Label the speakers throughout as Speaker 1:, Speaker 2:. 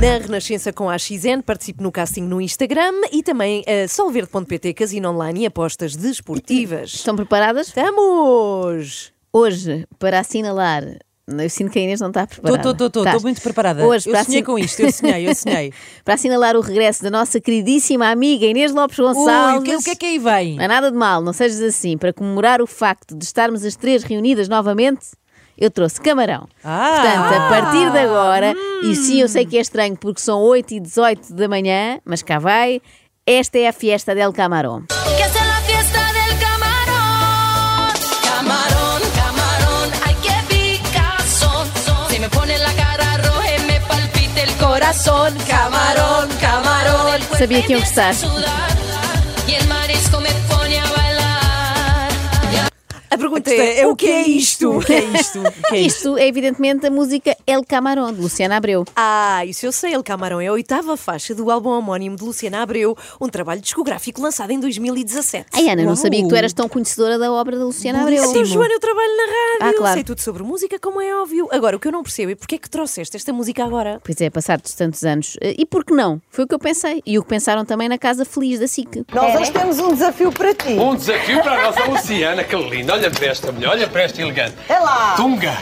Speaker 1: Na Renascença com a AXN, participe no casting no Instagram e também a solverde.pt, casino online e apostas desportivas.
Speaker 2: Estão preparadas?
Speaker 1: Estamos!
Speaker 2: Hoje, para assinalar. Eu sinto que a Inês não está preparada.
Speaker 3: Estou, estou, estou,
Speaker 2: Estás?
Speaker 3: estou muito preparada.
Speaker 2: Hoje,
Speaker 3: eu
Speaker 1: tá
Speaker 2: para
Speaker 3: sonhei
Speaker 1: assim.
Speaker 2: assin-
Speaker 3: com isto, eu sonhei, eu sonhei.
Speaker 2: Para assinalar o regresso da nossa queridíssima amiga Inês Lopes
Speaker 3: Ui,
Speaker 2: Gonçalves.
Speaker 3: o que, o que é que aí vem?
Speaker 2: Não é nada de mal, não sejas assim. Para comemorar o facto de estarmos as três reunidas novamente, eu trouxe camarão.
Speaker 3: Ah! Hum!
Speaker 2: Portanto, a partir de agora, e sim, eu sei que é estranho porque são 8 e 18 da manhã, mas cá vai, esta é a fiesta del camarão.
Speaker 4: que es la fiesta del camarón. Camarón, camarón, ay que picazón. Se me pone la cara roja y me palpita el corazón. Camarón, camarón.
Speaker 2: Sabía que iba a gustar.
Speaker 4: Empieza a sudar, Y el marisco me pone a bailar. Y a-
Speaker 1: A pergunta é, o que é isto?
Speaker 3: O que é isto? O que é isto?
Speaker 2: Isto é evidentemente a música El Camarón, de Luciana Abreu.
Speaker 1: Ah, isso eu sei, El Camarão é a oitava faixa do álbum homónimo de Luciana Abreu, um trabalho discográfico lançado em 2017.
Speaker 2: Ai, Ana, não
Speaker 3: Uau.
Speaker 2: sabia que tu eras tão conhecedora da obra da Luciana Abreu.
Speaker 1: Então, Joana, eu trabalho na rádio,
Speaker 2: Ah, claro.
Speaker 1: sei tudo sobre música, como é óbvio. Agora, o que eu não percebo é porque é que trouxeste esta música agora?
Speaker 2: Pois é, passados tantos anos. Eh, E por que não? Foi o que eu pensei. E o que pensaram também na Casa Feliz da SIC. É.
Speaker 5: Nós hoje temos um desafio para ti.
Speaker 6: Um desafio para a nossa Luciana, que linda. Olha para esta mulher, olha para esta elegante.
Speaker 5: É lá.
Speaker 6: Tunga!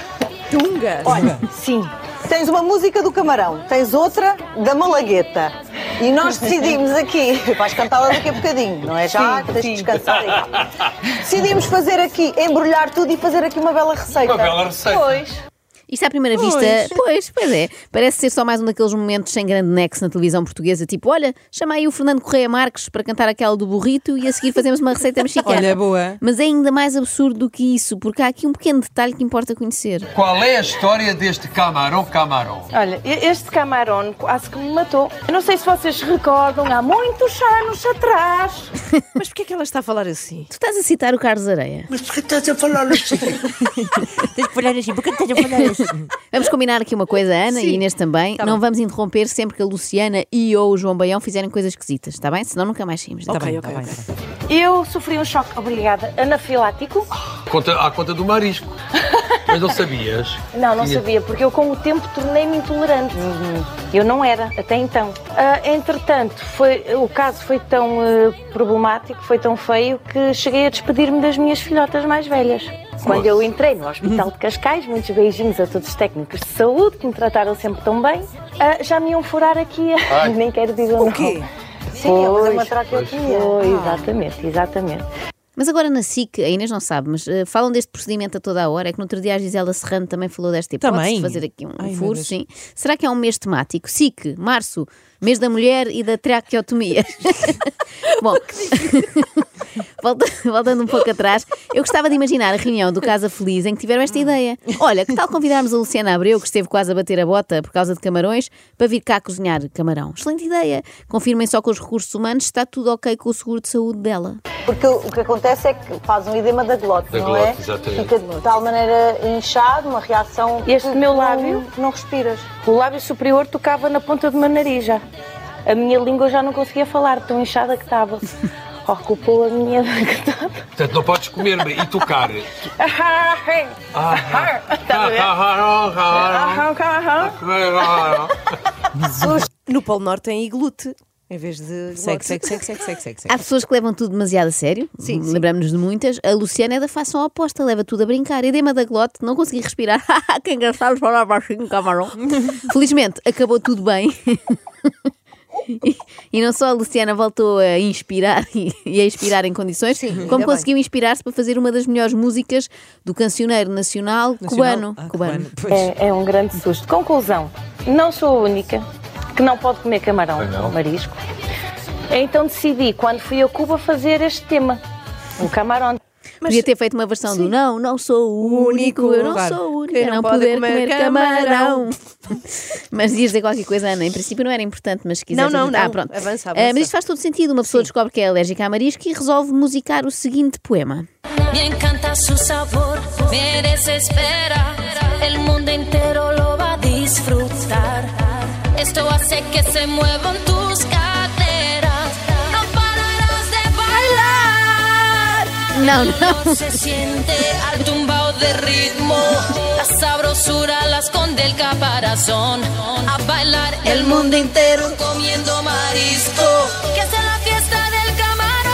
Speaker 1: Tunga!
Speaker 5: Olha, sim. Tens uma música do Camarão, tens outra da Malagueta. E nós decidimos aqui, vais cantá-la daqui a bocadinho, não é já? que tens de descansar aí. Decidimos fazer aqui, embrulhar tudo e fazer aqui uma bela receita.
Speaker 6: Uma bela receita.
Speaker 5: Pois.
Speaker 2: Isto à primeira vista, pois, pois é. Parece ser só mais um daqueles momentos sem grande nexo na televisão portuguesa. Tipo, olha, chama aí o Fernando Correia Marques para cantar aquela do burrito e a seguir fazemos uma receita mexicana.
Speaker 3: Olha, boa.
Speaker 2: Mas é ainda mais absurdo do que isso, porque há aqui um pequeno detalhe que importa conhecer.
Speaker 6: Qual é a história deste camarão camarão?
Speaker 7: Olha, e- este camarão quase que me matou. Eu não sei se vocês se recordam, há muitos anos atrás.
Speaker 1: Mas porquê é que ela está a falar assim?
Speaker 2: Tu estás a citar o Carlos Areia.
Speaker 8: Mas por que estás a falar assim?
Speaker 3: Tens que olhar assim, porque tens a olhar assim.
Speaker 2: Vamos combinar aqui uma coisa, Ana e Inês também.
Speaker 1: Tá
Speaker 2: não vamos interromper sempre que a Luciana e ou o João Baião fizerem coisas esquisitas, está bem? Senão nunca mais saímos.
Speaker 1: Ok,
Speaker 3: bem,
Speaker 1: ok,
Speaker 3: tá bem,
Speaker 1: ok.
Speaker 7: Eu sofri um choque, obrigada, anafilático.
Speaker 6: Conta, à conta do marisco. Mas não sabias?
Speaker 7: Não, não
Speaker 6: Tinha-
Speaker 7: sabia, porque eu com o tempo tornei-me intolerante. Eu não era, até então. Ah, entretanto, foi, o caso foi tão eh, problemático, foi tão feio, que cheguei a despedir-me das minhas filhotas mais velhas. Quando eu entrei no Hospital de Cascais, muitos beijinhos a todos os técnicos de saúde que me trataram sempre tão bem, ah, já me iam furar aqui, a-
Speaker 6: Ai.
Speaker 7: nem quero dizer o nome.
Speaker 1: quê?
Speaker 5: Sim, é fazer uma
Speaker 7: Pois,
Speaker 5: traqueotomia.
Speaker 7: Oh, exatamente, exatamente.
Speaker 2: Mas agora na SIC, a Inês não sabe, mas eh, falam deste procedimento a toda a hora. É que no outro dia a Gisela Serrano também falou desta hipótese
Speaker 3: Também?
Speaker 2: de fazer aqui um
Speaker 3: Ai, meu
Speaker 2: furo,
Speaker 3: Deus.
Speaker 2: sim. Será que é um mês temático? SIC, março, mês da mulher e da traqueotomia. Bom, volta- voltando um pouco atrás, eu gostava de imaginar a reunião do Casa Feliz em que tiveram esta ideia. Olha, que tal convidarmos a Luciana Abreu, que esteve quase a bater a bota por causa de camarões, para vir cá cozinhar camarão? Excelente ideia. Confirmem só com os recursos humanos se está tudo ok com o seguro de saúde dela.
Speaker 5: Porque o que acontece é que faz um edema da glote,
Speaker 6: Da
Speaker 5: não
Speaker 6: glote,
Speaker 5: é?
Speaker 6: exatamente.
Speaker 5: Fica de tal maneira inchado, uma reação.
Speaker 7: Este
Speaker 5: que
Speaker 7: meu
Speaker 5: não-
Speaker 7: lábio?
Speaker 5: Não respiras.
Speaker 7: O lábio superior tocava na ponta do meu nariz já. A minha língua eu já não conseguia falar, tão inchada que estava. Ocupou a minha boca toda.
Speaker 6: Portanto, não podes comer e tocar. Ah, ah,
Speaker 7: Tá a ver?
Speaker 6: ah, ah, ah, ah, ah,
Speaker 7: Aham, aham.
Speaker 6: ah, ah, ah.
Speaker 1: No Polo Norte tem iglute, em vez de.
Speaker 3: Segue, segue, segue, segue, segue, segue.
Speaker 2: Há pessoas que levam tudo demasiado a sério,
Speaker 1: Sim, sim.
Speaker 2: lembramos-nos de muitas. A Luciana é da fação oposta, leva tudo a brincar. Edema da glote, não consegui respirar. que engraçado falar baixinho, camarão. Felizmente, acabou tudo bem. E- E não só a Luciana voltou a inspirar e, e a inspirar em condições, como
Speaker 1: bem.
Speaker 2: conseguiu inspirar-se para fazer uma das melhores músicas do cancioneiro nacional, cubano.
Speaker 3: Ah,
Speaker 2: cubano.
Speaker 3: Pois.
Speaker 7: É, é um grande susto. Conclusão: não sou a única que não pode comer camarão
Speaker 6: Ah, não?
Speaker 7: ou marisco. Então decidi, quando fui a Cuba, fazer este tema: o camarão.
Speaker 1: Mas-
Speaker 2: Podia ter feito uma versão do Não, não sou o único, eu não
Speaker 1: claro,
Speaker 2: sou o único,
Speaker 1: que
Speaker 2: eu
Speaker 1: não
Speaker 2: não
Speaker 1: pode
Speaker 2: poder
Speaker 1: comer
Speaker 2: comer
Speaker 1: camarão.
Speaker 2: camarão. mas dias dizer qualquer coisa, Ana, em princípio não era importante, mas se quiser.
Speaker 1: Não, não,
Speaker 2: Ah,
Speaker 1: não.
Speaker 2: pronto.
Speaker 1: Avança,
Speaker 2: Ah,
Speaker 1: avança.
Speaker 2: mas isto faz todo sentido. Uma pessoa descobre que é alérgica a marisco e resolve musicar o seguinte poema.
Speaker 4: Me encanta su sabor, me desespera. El mundo entero lo va a disfrutar. Esto hace que se muevan tus caderas. No pararás de bailar.
Speaker 2: Não, não.
Speaker 4: Se siente al tumbao de ritmo. La sabrosura la esconde el caparazón. A bailar el mundo entero comiendo marisco. Que sea la fiesta del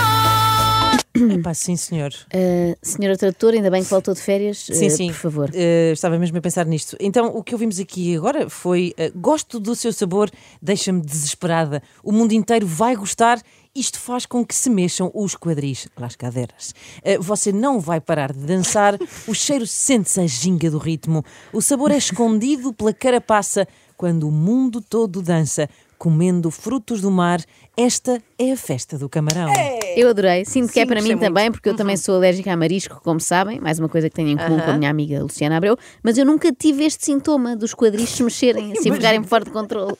Speaker 4: camarón.
Speaker 3: Epá, sim, senhor.
Speaker 2: Ah, senhora tradutora, ainda bem que voltou de férias.
Speaker 3: Sim,
Speaker 2: Ah,
Speaker 3: sim.
Speaker 2: Por favor.
Speaker 3: Eh, estava mesmo a pensar nisto. Então, o que ouvimos aqui agora foi eh, Gosto do seu sabor, deixa-me desesperada. O mundo inteiro vai gostar. Isto faz com que se mexam os quadris, lá as cadeiras. Eh, você não vai parar de dançar, o cheiro sente-se a ginga do ritmo. O sabor é escondido pela carapaça quando o mundo todo dança. Comendo frutos do mar, esta é a festa do camarão.
Speaker 2: Eu adorei. Sinto que é
Speaker 1: Sim,
Speaker 2: para mim
Speaker 1: gostei muito. Uhum.
Speaker 2: também, porque eu também sou alérgica a marisco, como sabem. Mais uma coisa que tenho em comum com a minha amiga Luciana Abreu. Mas eu nunca tive este sintoma dos quadris se mexerem, assim ficarem fora de controle.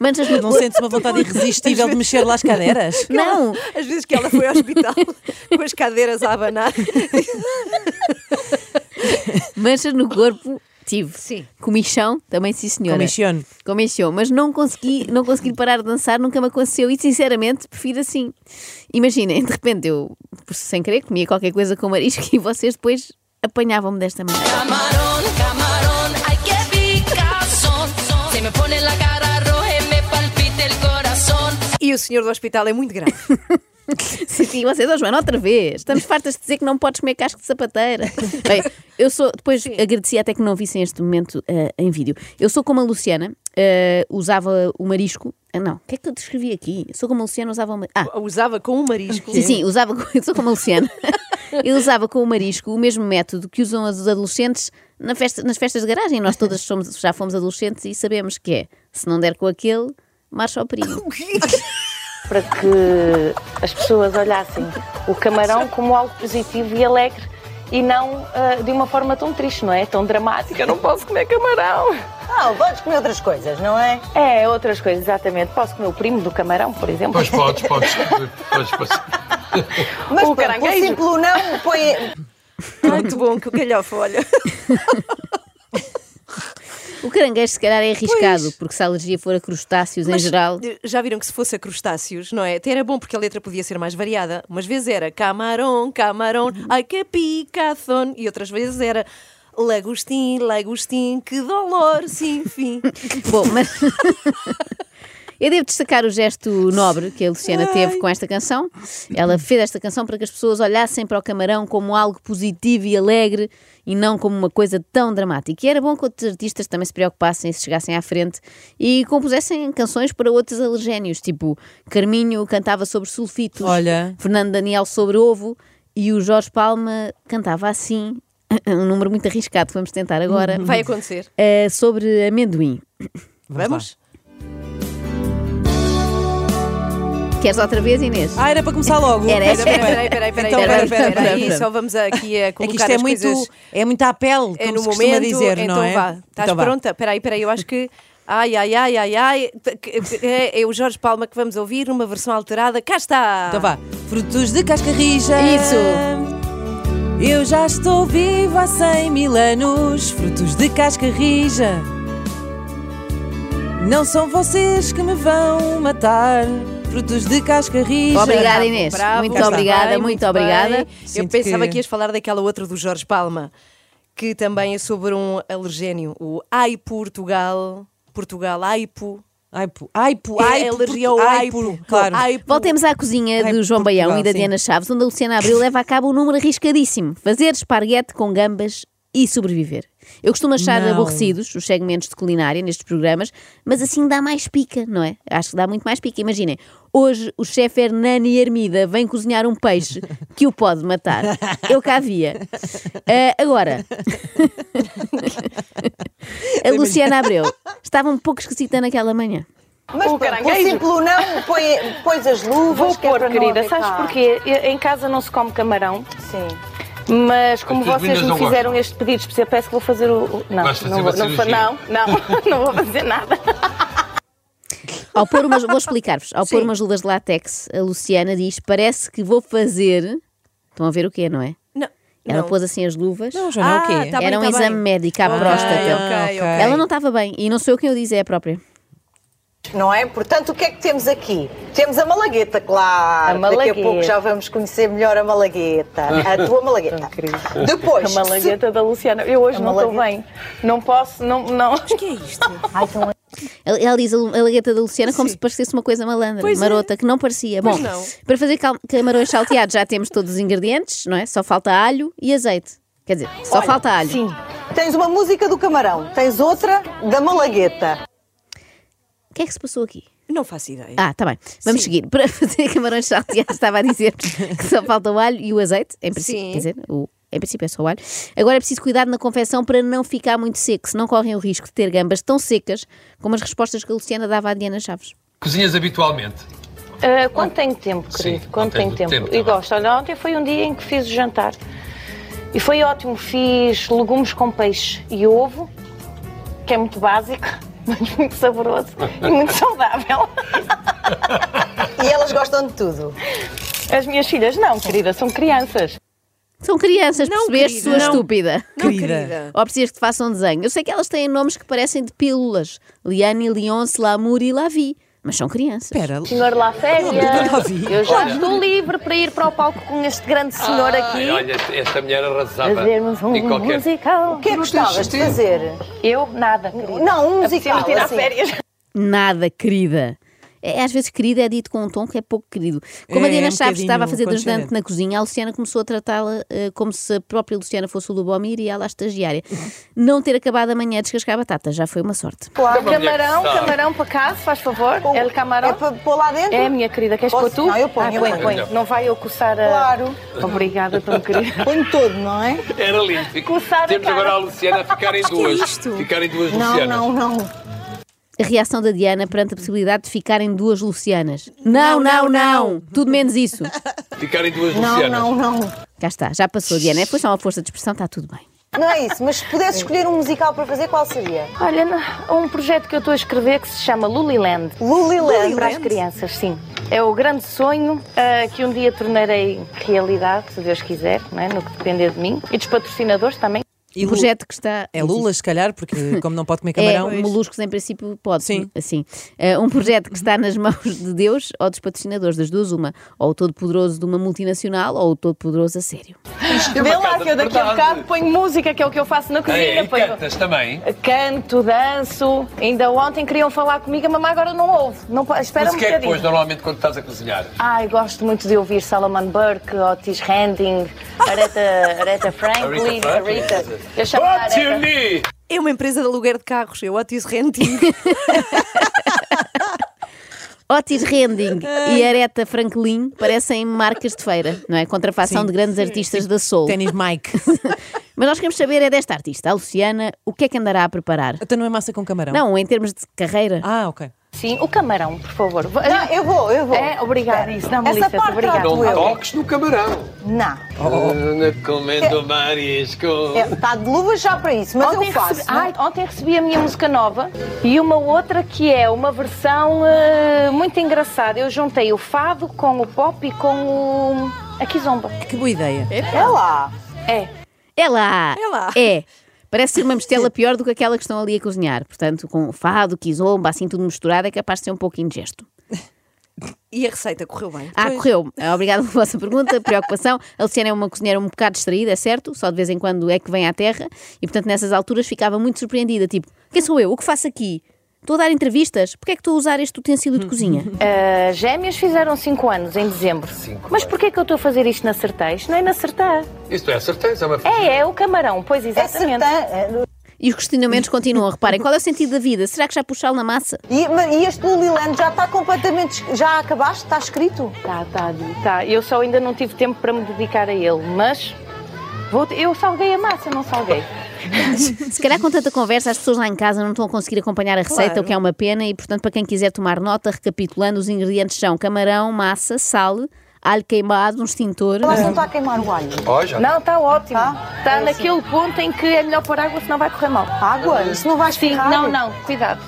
Speaker 2: Manchas no
Speaker 3: Não sentes uma vontade irresistível de mexer lá as cadeiras?
Speaker 2: Não!
Speaker 1: Às vezes que ela foi ao hospital com as cadeiras a abanar.
Speaker 2: Manchas no corpo, tive.
Speaker 1: Sim.
Speaker 2: Comichão, também sim senhora.
Speaker 3: Comichão.
Speaker 2: Comichão, mas não consegui, não consegui parar de dançar, nunca me aconteceu e sinceramente prefiro assim. Imaginem, de repente eu, sem querer, comia qualquer coisa com marisco e vocês depois apanhavam-me desta maneira.
Speaker 4: Camarón, camarón, ay que picazón. Se me pone la cara roja y me palpita el corazón.
Speaker 1: E o senhor do hospital é muito grave.
Speaker 2: Sim, vocês, oh, Joana, outra vez. Estamos fartas de dizer que não podes comer casco de sapateira. Bem, eu sou. Depois agradeci até que não vissem este momento eh, em vídeo. Eu sou como a Luciana, eh, usava o marisco. Ah, não, o que é que eu descrevi aqui? Eu sou como a Luciana, usava o marisco. Ah,
Speaker 1: Usava com um marisco.
Speaker 2: Sim, sim, usava, com- eu sou como a Luciana. Eu usava com o marisco o mesmo método que usam os adolescentes na festa- nas festas de garagem. Nós todas somos- já fomos adolescentes e sabemos que é: se não der com aquele, marcha ao perigo.
Speaker 7: para que as pessoas olhassem o camarão como algo positivo e alegre e não ah, de uma forma tão triste, não é? Tão dramática. Eu não posso comer camarão.
Speaker 5: Não, podes comer outras coisas, não é?
Speaker 7: É, outras coisas, exatamente. Posso comer o primo do camarão, Então, por exemplo?
Speaker 6: Pois podes, podes. podes, podes.
Speaker 5: Mas pronto,
Speaker 7: O
Speaker 5: por
Speaker 7: caranguejo.
Speaker 5: simples não, põe,
Speaker 1: Muito bom que o calhofo, olha.
Speaker 2: O caranguejo, se calhar, é arriscado, porque se a alergia for a crustáceos em
Speaker 1: Mas,
Speaker 2: geral.
Speaker 1: eh, Já viram que se fosse a crustáceos, não é? Até era bom porque a letra podia ser mais variada. Umas vezes era camarão, camarão, ai que picazón. E outras vezes era lagostim, lagostim, que dolor, sim, fim.
Speaker 2: Bom, mas. Eu devo destacar o gesto nobre que a Luciana teve com esta canção. Ela fez esta canção para que as pessoas olhassem para o camarão como algo positivo e alegre e não como uma coisa tão dramática. E era bom que outros artistas também se preocupassem e se chegassem à frente e compusessem canções para outros alergénios, tipo Carminho cantava sobre sulfitos,
Speaker 3: Olha.
Speaker 2: Fernando Daniel sobre ovo e o Jorge Palma cantava assim, um número muito arriscado, que vamos tentar agora,
Speaker 1: Vai acontecer.
Speaker 2: eh, sobre amendoim.
Speaker 1: Vamos?
Speaker 2: Queres outra vez, Inês?
Speaker 3: Ah, era para começar logo.
Speaker 2: Era,
Speaker 3: Pois,
Speaker 2: era,
Speaker 3: bem.
Speaker 1: Peraí, peraí, peraí,
Speaker 3: Então,
Speaker 1: peraí,
Speaker 2: pera,
Speaker 1: peraí,
Speaker 2: pera,
Speaker 1: peraí.
Speaker 2: pera.
Speaker 1: Só vamos aqui a
Speaker 3: É que
Speaker 1: colocar
Speaker 3: isto é
Speaker 1: as
Speaker 3: muito,
Speaker 1: coisas
Speaker 3: é muito à pele, como
Speaker 1: é no
Speaker 3: se costuma
Speaker 1: momento.
Speaker 3: dizer,
Speaker 1: então
Speaker 3: não é?
Speaker 1: vá, estás
Speaker 3: Então vá.
Speaker 1: pronta? Peraí, peraí, eu acho que... Ai, ai, ai, ai, ai, é, é o Jorge Palma que vamos ouvir numa versão alterada. Cá está!
Speaker 3: Então vá. Frutos de casca rija.
Speaker 2: Isso.
Speaker 3: Eu já estou viva há 100 mil anos. Frutos de casca rija. Não são vocês que me vão matar. Frutos de casca rija.
Speaker 2: Obrigada,
Speaker 1: Bravo,
Speaker 2: Inês.
Speaker 1: bravo,
Speaker 2: muito
Speaker 1: está
Speaker 2: obrigada,
Speaker 1: bem,
Speaker 2: muito, obrigada.
Speaker 1: bem. Eu
Speaker 3: Sinto
Speaker 1: pensava que...
Speaker 3: que
Speaker 1: ias falar daquela outra do Jorge Palma, que também é sobre um alergénio, o Ai Portugal, Portugal Aipo.
Speaker 3: Aipo, aipo,
Speaker 1: É
Speaker 3: aipo.
Speaker 1: alergia ao
Speaker 3: aipo,
Speaker 1: aipo.
Speaker 3: Claro.
Speaker 1: Aipo.
Speaker 2: Voltemos à cozinha
Speaker 3: Ai,
Speaker 2: do João
Speaker 3: Portugal,
Speaker 2: Baião e da
Speaker 3: sim.
Speaker 2: Diana Chaves, onde a Luciana Abril leva a cabo um número arriscadíssimo: fazer esparguete com gambas e sobreviver. Eu costumo achar
Speaker 3: Não.
Speaker 2: aborrecidos os segmentos de culinária nestes programas, mas assim dá mais pica, não é? Acho que dá muito mais pica. Imaginem, hoje o chefe Hernani Hermida vem cozinhar um peixe que o pode matar. Eu cá via. Ah, agora, a Luciana Abreu estava um pouco esquisita naquela manhã.
Speaker 5: mas pronto,
Speaker 7: O
Speaker 5: por
Speaker 7: caranguejo.
Speaker 5: simples não, põe, pões as luvas.
Speaker 7: Vou
Speaker 5: que é
Speaker 7: pôr,
Speaker 5: para não
Speaker 7: querida,
Speaker 5: haver
Speaker 7: sabes
Speaker 5: cá.
Speaker 7: porquê? Eu- Em casa não se come camarão,
Speaker 5: Sim.
Speaker 7: mas como
Speaker 6: As tuas
Speaker 7: vocês
Speaker 6: vindas
Speaker 7: me
Speaker 6: não
Speaker 7: fizeram este pedido especial, parece que vou fazer o. o- Não,
Speaker 6: Vais fazer assim?
Speaker 7: não,
Speaker 6: uma
Speaker 7: vou, não, fa-
Speaker 6: cirurgia.
Speaker 7: não, não, não vou fazer nada.
Speaker 2: Ao pôr umas, vou explicar-vos. Ao pôr umas luvas de látex, a Luciana diz: parece que vou fazer. Estão a ver o que é, não é?
Speaker 1: Não,
Speaker 2: Ela
Speaker 1: não.
Speaker 2: pôs assim as luvas.
Speaker 3: Não, Joana, é
Speaker 1: Ah,
Speaker 3: o quê?
Speaker 1: tá bem,
Speaker 2: Era um
Speaker 1: tá
Speaker 2: exame
Speaker 1: bem.
Speaker 2: médico à
Speaker 1: Ok,
Speaker 2: próstata.
Speaker 1: ok, ok.
Speaker 2: Ela não estava bem, e não sou eu quem eu disse, é a própria.
Speaker 5: Não é? Portanto, o que é que temos aqui? Temos a Malagueta, claro.
Speaker 7: A Malagueta.
Speaker 5: Daqui a pouco já vamos conhecer melhor a Malagueta. A tua Malagueta. Depois.
Speaker 7: A malagueta É da Luciana. Eu hoje
Speaker 5: A
Speaker 7: não estou bem.
Speaker 5: malagueta.
Speaker 7: Não posso, não. não.
Speaker 1: O que é isto?
Speaker 2: Ela- Ela diz a Lu- a lagueta da Luciana como se parecesse uma coisa malandra,
Speaker 1: Pois é.
Speaker 2: marota, que não parecia.
Speaker 1: Pois
Speaker 2: Bom,
Speaker 1: não.
Speaker 2: para fazer cal- camarões salteados é já temos todos os ingredientes, não é? Só falta alho e azeite. Quer dizer, só falta alho.
Speaker 7: Sim.
Speaker 5: Tens uma música do Camarão, tens outra da Malagueta.
Speaker 2: O que é que se passou aqui?
Speaker 1: Não faço ideia.
Speaker 2: Ah, tá bem. Vamos seguir. Para fazer camarões salteados, estava a dizer que só falta o alho e o azeite, em princípio.
Speaker 1: Sim.
Speaker 2: Quer dizer, o- em princípio é só o alho. Agora é preciso cuidado na confecção para não ficar muito seco, senão correm o risco de ter gambas tão secas como as respostas que a Luciana dava à Diana Chaves.
Speaker 6: Cozinhas habitualmente?
Speaker 7: Ah, quando tenho tempo, querido,
Speaker 6: Sim,
Speaker 7: quando tenho tempo.
Speaker 6: tá
Speaker 7: e
Speaker 6: bem.
Speaker 7: gosto. Olha, ontem foi um dia em que fiz o jantar. E foi ótimo. Fiz legumes com peixe e ovo, que é muito básico, mas muito saboroso e muito saudável.
Speaker 5: E elas gostam de tudo.
Speaker 7: As minhas filhas, não, querida, são crianças.
Speaker 2: São crianças,
Speaker 1: Não,
Speaker 2: percebeste,
Speaker 1: querida,
Speaker 2: sua
Speaker 1: não.
Speaker 2: estúpida?
Speaker 1: Não,
Speaker 3: querida.
Speaker 1: querida.
Speaker 2: Ou precisas que te façam um desenho? Eu sei que elas têm nomes que parecem de pílulas. Liane, Lionce, Lamour e Lavi. Mas são crianças.
Speaker 3: Espera,
Speaker 7: Senhor lá
Speaker 3: Não, não ouvi.
Speaker 7: eu já estou livre para ir para o palco com este grande senhor aqui.
Speaker 6: Ai, olha, esta- esta mulher arrasava.
Speaker 7: Fazermos um
Speaker 6: E qualquer-
Speaker 7: musical.
Speaker 5: O que é que gostavas de fazer?
Speaker 7: Eu, nada, querida.
Speaker 5: Não, um musical.
Speaker 7: Apetecia-me É tirar
Speaker 5: assim.
Speaker 7: férias.
Speaker 2: Nada, querida. É, às vezes, querida é dito com um tom que é pouco querido. Como
Speaker 3: É,
Speaker 2: a Diana
Speaker 3: é um
Speaker 2: Chaves estava a
Speaker 3: bocadinho
Speaker 2: fazer de ajudante
Speaker 3: condescendente.
Speaker 2: na cozinha, a Luciana começou a tratá-la eh, como se a própria Luciana fosse o Lubomir e ela a estagiária. Não ter acabado amanhã de descascar batata já foi uma sorte.
Speaker 5: Claro.
Speaker 6: Uma mulher que
Speaker 7: Camarão,
Speaker 6: sabe.
Speaker 7: camarão para cá, se faz favor.
Speaker 5: Pô,
Speaker 7: Tá El camarão.
Speaker 5: É para pôr lá dentro?
Speaker 7: É, minha querida, queres pôr
Speaker 5: Posso?
Speaker 7: tu?
Speaker 5: Não, eu ponho,
Speaker 7: Ah,
Speaker 5: eu
Speaker 7: põe,
Speaker 5: ponho.
Speaker 7: põe. Não vai eu coçar a...
Speaker 5: Claro.
Speaker 7: Obrigada, tão querida.
Speaker 5: Ponho todo, não é?
Speaker 6: Era lindo.
Speaker 7: Coçar a
Speaker 6: Temos
Speaker 7: cara. é
Speaker 6: agora a Luciana a ficar em duas.
Speaker 1: isto?
Speaker 6: Ficar em duas
Speaker 5: Não,
Speaker 6: Lucianas.
Speaker 5: não, não.
Speaker 2: A reação da Diana perante a possibilidade de ficarem duas Lucianas. Não, não, não! Tudo menos isso.
Speaker 6: Ficar em duas
Speaker 5: Não,
Speaker 6: Lucianas.
Speaker 5: não, não.
Speaker 2: Cá está, já passou, Diana. É, Foi só uma força de expressão, está tudo bem.
Speaker 5: Não é isso, mas se pudesse escolher um musical para fazer, qual seria?
Speaker 7: Olha, não- há um projeto que eu estou a escrever que se chama Luliland.
Speaker 5: Luliland.
Speaker 7: Para as crianças, sim. É o grande sonho ah, que um dia tornarei realidade, se Deus quiser, não é? no que depender de mim. E dos patrocinadores também.
Speaker 3: E
Speaker 2: O
Speaker 3: Lu-
Speaker 2: projeto que está.
Speaker 3: É Lula, se calhar, porque como não pode comer
Speaker 2: É,
Speaker 3: camarão.
Speaker 2: moluscos em princípio pode,
Speaker 3: Sim.
Speaker 2: assim. Eh, um projeto que está nas mãos de Deus ou dos patrocinadores, das duas uma. Ou o todo-poderoso de uma multinacional ou o todo-poderoso a sério.
Speaker 6: é
Speaker 7: Vê
Speaker 6: uma
Speaker 7: lá
Speaker 6: casa
Speaker 7: que eu
Speaker 6: de
Speaker 7: daqui a
Speaker 6: verdade.
Speaker 7: bocado ponho música, que é o que eu faço na cozinha.
Speaker 6: É, e
Speaker 7: ponho-
Speaker 6: cantas também.
Speaker 7: Canto, danço. Ainda ontem queriam falar comigo, a mamãe agora não ouve. Não, po- espera
Speaker 6: Mas
Speaker 7: um
Speaker 6: o que é que
Speaker 7: bocadinho.
Speaker 6: pões normalmente quando estás a cozinhar?
Speaker 7: Ai, gosto muito de ouvir Salomon Burke, Otis Redding, Aretha, Aretha Franklin,
Speaker 6: Aretha Franklin.
Speaker 7: Aretha. Eu chamo
Speaker 6: What you
Speaker 7: Aretha.
Speaker 6: need?
Speaker 1: É uma empresa de aluguer de carros. Eu ato isso renting.
Speaker 2: Otis Rending e Aretha Franklin parecem marcas de feira, não é? Contrafação de grandes artistas da Soul.
Speaker 3: Ténis Mike.
Speaker 2: Mas nós queremos saber é desta artista, a Luciana, o que é que andará a preparar?
Speaker 3: então não é massa com camarão.
Speaker 2: Não, em termos de carreira.
Speaker 3: Ah, ok.
Speaker 7: Sim, o camarão, por favor.
Speaker 5: Não, eu vou, eu vou.
Speaker 7: É, obrigada. Isso, dá-me
Speaker 5: Essa
Speaker 7: licença,
Speaker 5: parte
Speaker 7: obrigada.
Speaker 5: trato
Speaker 6: Não
Speaker 5: eu.
Speaker 6: toques no camarão.
Speaker 5: Não.
Speaker 6: Não comendo marisco.
Speaker 5: Está É, tá de luvas já para isso, mas eu faço.
Speaker 7: recebi,
Speaker 5: não é?
Speaker 7: Ai, ontem recebi a minha música nova e uma outra que é uma versão eh, muito engraçada. Eu juntei o fado com o pop e com o. A Kizomba.
Speaker 3: Que boa ideia.
Speaker 5: É lá.
Speaker 7: É.
Speaker 2: É lá!
Speaker 1: É lá.
Speaker 2: É. Parece ser uma mistela pior do que aquela que estão ali a cozinhar. Portanto, com fado, quizomba, assim tudo misturado, é capaz de ser um pouco indigesto.
Speaker 1: E a receita correu bem.
Speaker 2: Ah, correu. Ah, Obrigada pela vossa pergunta, preocupação. A Luciana é uma cozinheira um bocado distraída, é certo? Só de vez em quando é que vem à terra. E, portanto, nessas alturas ficava muito surpreendida. Tipo, quem sou eu? O que faço aqui? Estou a dar entrevistas? Porquê é que estou a usar este utensílio de cozinha?
Speaker 7: As gêmeas Eh, fizeram 5 anos em dezembro.
Speaker 6: Cinco
Speaker 7: Mas porquê que eu estou a fazer isto na Sertã? Isto não é na Sertã.
Speaker 6: Isto é certeza, é uma
Speaker 7: É, é o camarão, pois
Speaker 5: É
Speaker 7: exatamente.
Speaker 5: sertã.
Speaker 2: E os questionamentos continuam. Reparem, qual é o sentido da vida? Será que já puxá-lo na massa?
Speaker 5: E, mas- e este Luliland já está completamente. es- Já acabaste? Está escrito?
Speaker 7: Tá, tá, tá. Eu só ainda não tive tempo para me dedicar a ele, mas vou- eu salguei a massa, não salguei.
Speaker 2: Se calhar com tanta conversa as pessoas lá em casa não estão a conseguir acompanhar a receita,
Speaker 1: Claro.
Speaker 2: o que é uma pena, e portanto, para quem quiser tomar nota, recapitulando, os ingredientes são camarão, massa, sal, alho queimado, um extintor.
Speaker 5: Lá não está a queimar o alho.
Speaker 6: Ó, já.
Speaker 7: Não, está ótimo. É assim.
Speaker 5: Tá? Ah,
Speaker 7: Está naquele ponto em que é melhor pôr água, senão vai correr mal.
Speaker 5: Água? Isso não vai
Speaker 7: Sim,
Speaker 5: esfriar?
Speaker 7: não, não, cuidado.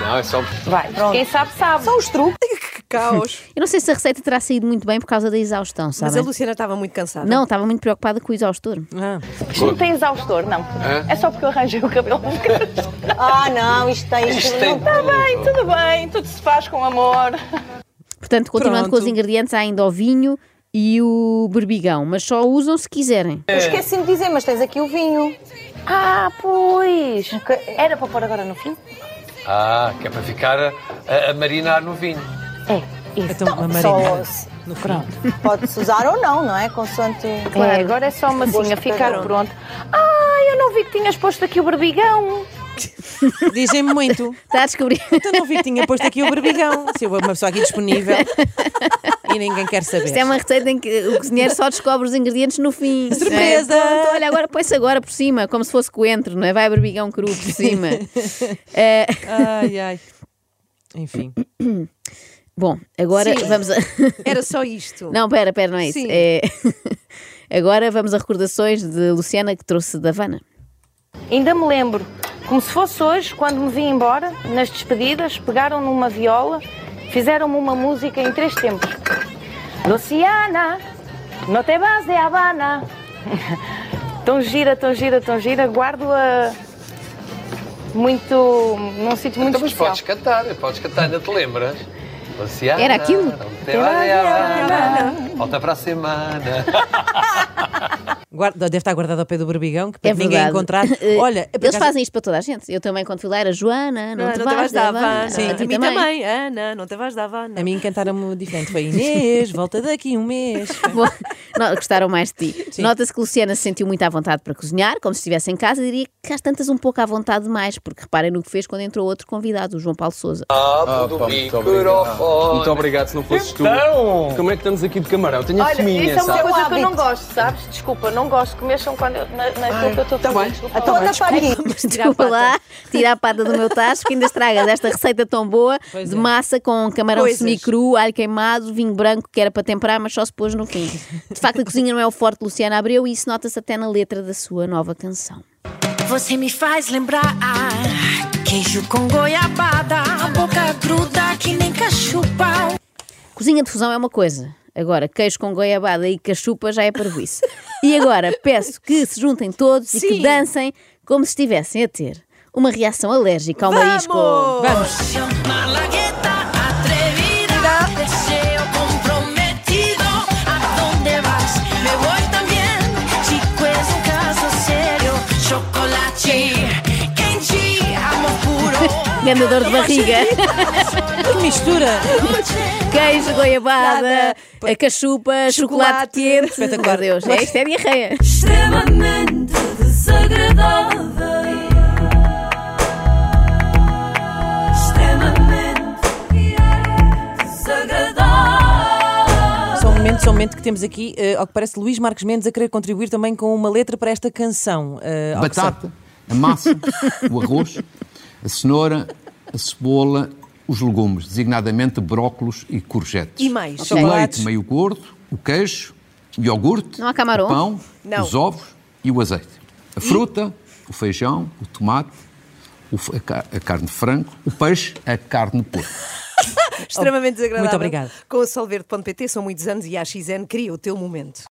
Speaker 6: Não, é só.
Speaker 7: Vai, quem sabe, sabe.
Speaker 5: São os truques.
Speaker 1: Que Caos.
Speaker 2: Eu não sei se a receita terá saído muito bem por causa da exaustão,
Speaker 1: Mas é
Speaker 3: Tá
Speaker 2: sabem?
Speaker 1: a Luciana estava muito cansada.
Speaker 2: Não, estava muito preocupada com o exaustor.
Speaker 3: Ah,
Speaker 7: Isto não tem exaustor, não. É só porque eu arranjei o cabelo um bocadinho.
Speaker 5: Ah, não, isto tem.
Speaker 6: Isto
Speaker 5: Isto
Speaker 6: tem
Speaker 5: não
Speaker 7: Está Tá bem, tudo bem, tudo se faz com amor.
Speaker 2: Portanto, continuando com
Speaker 3: Pronto.
Speaker 2: os ingredientes, há ainda o vinho e o berbigão, mas só usam se quiserem.
Speaker 5: Eu Esqueci-me de dizer, mas tens aqui o vinho.
Speaker 7: Ah, pois. Era para pôr agora no fim?
Speaker 6: Ah, que é para ficar a, a- a marinar no vinho.
Speaker 7: É, isso.
Speaker 3: então, uma marinada.
Speaker 5: Só
Speaker 3: No pronto.
Speaker 5: pode-se usar ou não, não é? Consoante.
Speaker 7: É, agora é só uma
Speaker 5: Gosto
Speaker 7: assim, a
Speaker 5: de
Speaker 7: ficar
Speaker 5: cada um.
Speaker 7: pronto. Ah, eu não vi que tinhas posto aqui o barbigão.
Speaker 3: Dizem-me muito.
Speaker 2: Está a descobrir.
Speaker 3: Então não vi que tinha posto aqui o barbigão. Se eu uma pessoa aqui disponível e ninguém quer saber.
Speaker 2: Isto é uma receita em que o cozinheiro só descobre os ingredientes no fim.
Speaker 3: Surpresa!
Speaker 2: É, pronto, olha, agora põe-se agora por cima, como se fosse coentro, não é? Vai berbigão cru por cima. É,
Speaker 3: Ai, ai. Enfim.
Speaker 2: bom, agora
Speaker 1: Sim.
Speaker 2: vamos a...
Speaker 1: Era só isto.
Speaker 2: Não, pera, pera, não é isso.
Speaker 1: Sim.
Speaker 2: É- Agora vamos a recordações de Luciana que trouxe da Havana.
Speaker 7: Ainda me lembro, como se fosse hoje, quando me vim embora, nas despedidas, pegaram numa viola, fizeram-me uma música em três tempos. Luciana, no te vas de Habana. Tão gira, tão gira, tão gira, guardo-a muito, num sítio muito
Speaker 6: então, mas
Speaker 7: especial.
Speaker 6: podes cantar, podes cantar, ainda te lembras? Luciana,
Speaker 2: Era aquilo?
Speaker 6: não Te vale a Havana, Volta para a semana.
Speaker 3: Guarda- deve estar guardado ao pé do barbigão, que para
Speaker 2: é
Speaker 3: que ninguém
Speaker 2: verdade.
Speaker 3: encontrar.
Speaker 2: Eh,
Speaker 3: Olha, por
Speaker 2: eles
Speaker 3: acaso-
Speaker 2: fazem isto para toda a gente. Eu também, quando fui lá, era Joana, não,
Speaker 1: não,
Speaker 2: te
Speaker 1: não
Speaker 2: vais da
Speaker 1: dar
Speaker 2: Havana.
Speaker 1: Havana.
Speaker 2: A
Speaker 1: A
Speaker 2: ti
Speaker 1: mim também. Ana, não te vais dar Havana.
Speaker 3: A mim cantaram-me diferente. Foi Inês, volta daqui um mês.
Speaker 2: Bom, não, gostaram mais de ti. Nota-se que Luciana se sentiu muito à vontade para cozinhar, como se estivesse em casa, e diria que às tantas um pouco à vontade demais, porque reparem no que fez quando entrou outro convidado, o João Paulo Souza.
Speaker 6: Ah, do microfone.
Speaker 8: Muito obrigado se não fosses
Speaker 6: Então.
Speaker 8: tu. Como é que estamos aqui de camarão? Tenho a
Speaker 7: Olha,
Speaker 8: fominha,
Speaker 7: isso é uma
Speaker 8: sabe?
Speaker 7: coisa que eu
Speaker 5: hábito.
Speaker 7: não gosto, sabes? Desculpa, não gosto que mexam quando eu, na, naquilo que eu
Speaker 6: tá
Speaker 7: estou a fazer. Desculpa.
Speaker 5: Então anda para aqui.
Speaker 1: Tirar a
Speaker 2: Vou
Speaker 1: pata.
Speaker 2: lá, tira a pata do meu tacho, que ainda estragas esta receita tão boa de massa com camarão
Speaker 1: é. Coisas.
Speaker 2: semi-cru, alho queimado, vinho branco que era para temperar, mas só se pôs no fim. De facto, a cozinha não é o forte de Luciana Abreu e isso nota-se até na letra da sua nova canção.
Speaker 9: Você me faz lembrar queijo com goiabada, a boca gruda que nem cachupau.
Speaker 2: Cozinha de fusão é uma coisa. Agora, queijo com goiabada e cachupa já é parvoíce. E agora, peço que se juntem todos e que
Speaker 1: Sim.
Speaker 2: dancem como se estivessem a ter uma reação alérgica ao marisco.
Speaker 3: Vamos.
Speaker 9: Malagueta atrevida, deseo comprometido. ¿A dónde vas? Me voy también. Chico es un caso serio. Chocolate, quente, amor puro.
Speaker 2: Grande dor de barriga.
Speaker 3: Que mistura!
Speaker 2: Queijo, goiabada, a cachupa, chocolate,
Speaker 1: Chocolate.
Speaker 2: quente.
Speaker 3: Espetacular.
Speaker 2: Meu Deus, é, isto é diarreia.
Speaker 9: extremamente desagradável. Extremamente desagradável.
Speaker 3: Só um momento, só um momento que temos aqui, eh, ao que parece, Luís Marques Mendes a querer contribuir também com uma letra para esta canção. Eh, ao que
Speaker 10: batata, a massa, o arroz, a cenoura, a cebola, os legumes, designadamente brócolos e courgettes.
Speaker 1: E mais?
Speaker 10: O
Speaker 3: Chocolates.
Speaker 10: leite meio gordo, o queijo, o iogurte,
Speaker 2: Não há camarão?
Speaker 10: o pão,
Speaker 1: Não.
Speaker 10: os ovos e o azeite. A fruta, o feijão, o tomate, o f- a, ca- a carne de frango, o peixe, a carne de porco.
Speaker 1: Extremamente desagradável.
Speaker 3: Muito obrigada.
Speaker 1: Com o solverde.pt são muitos anos e a AXN cria o teu momento.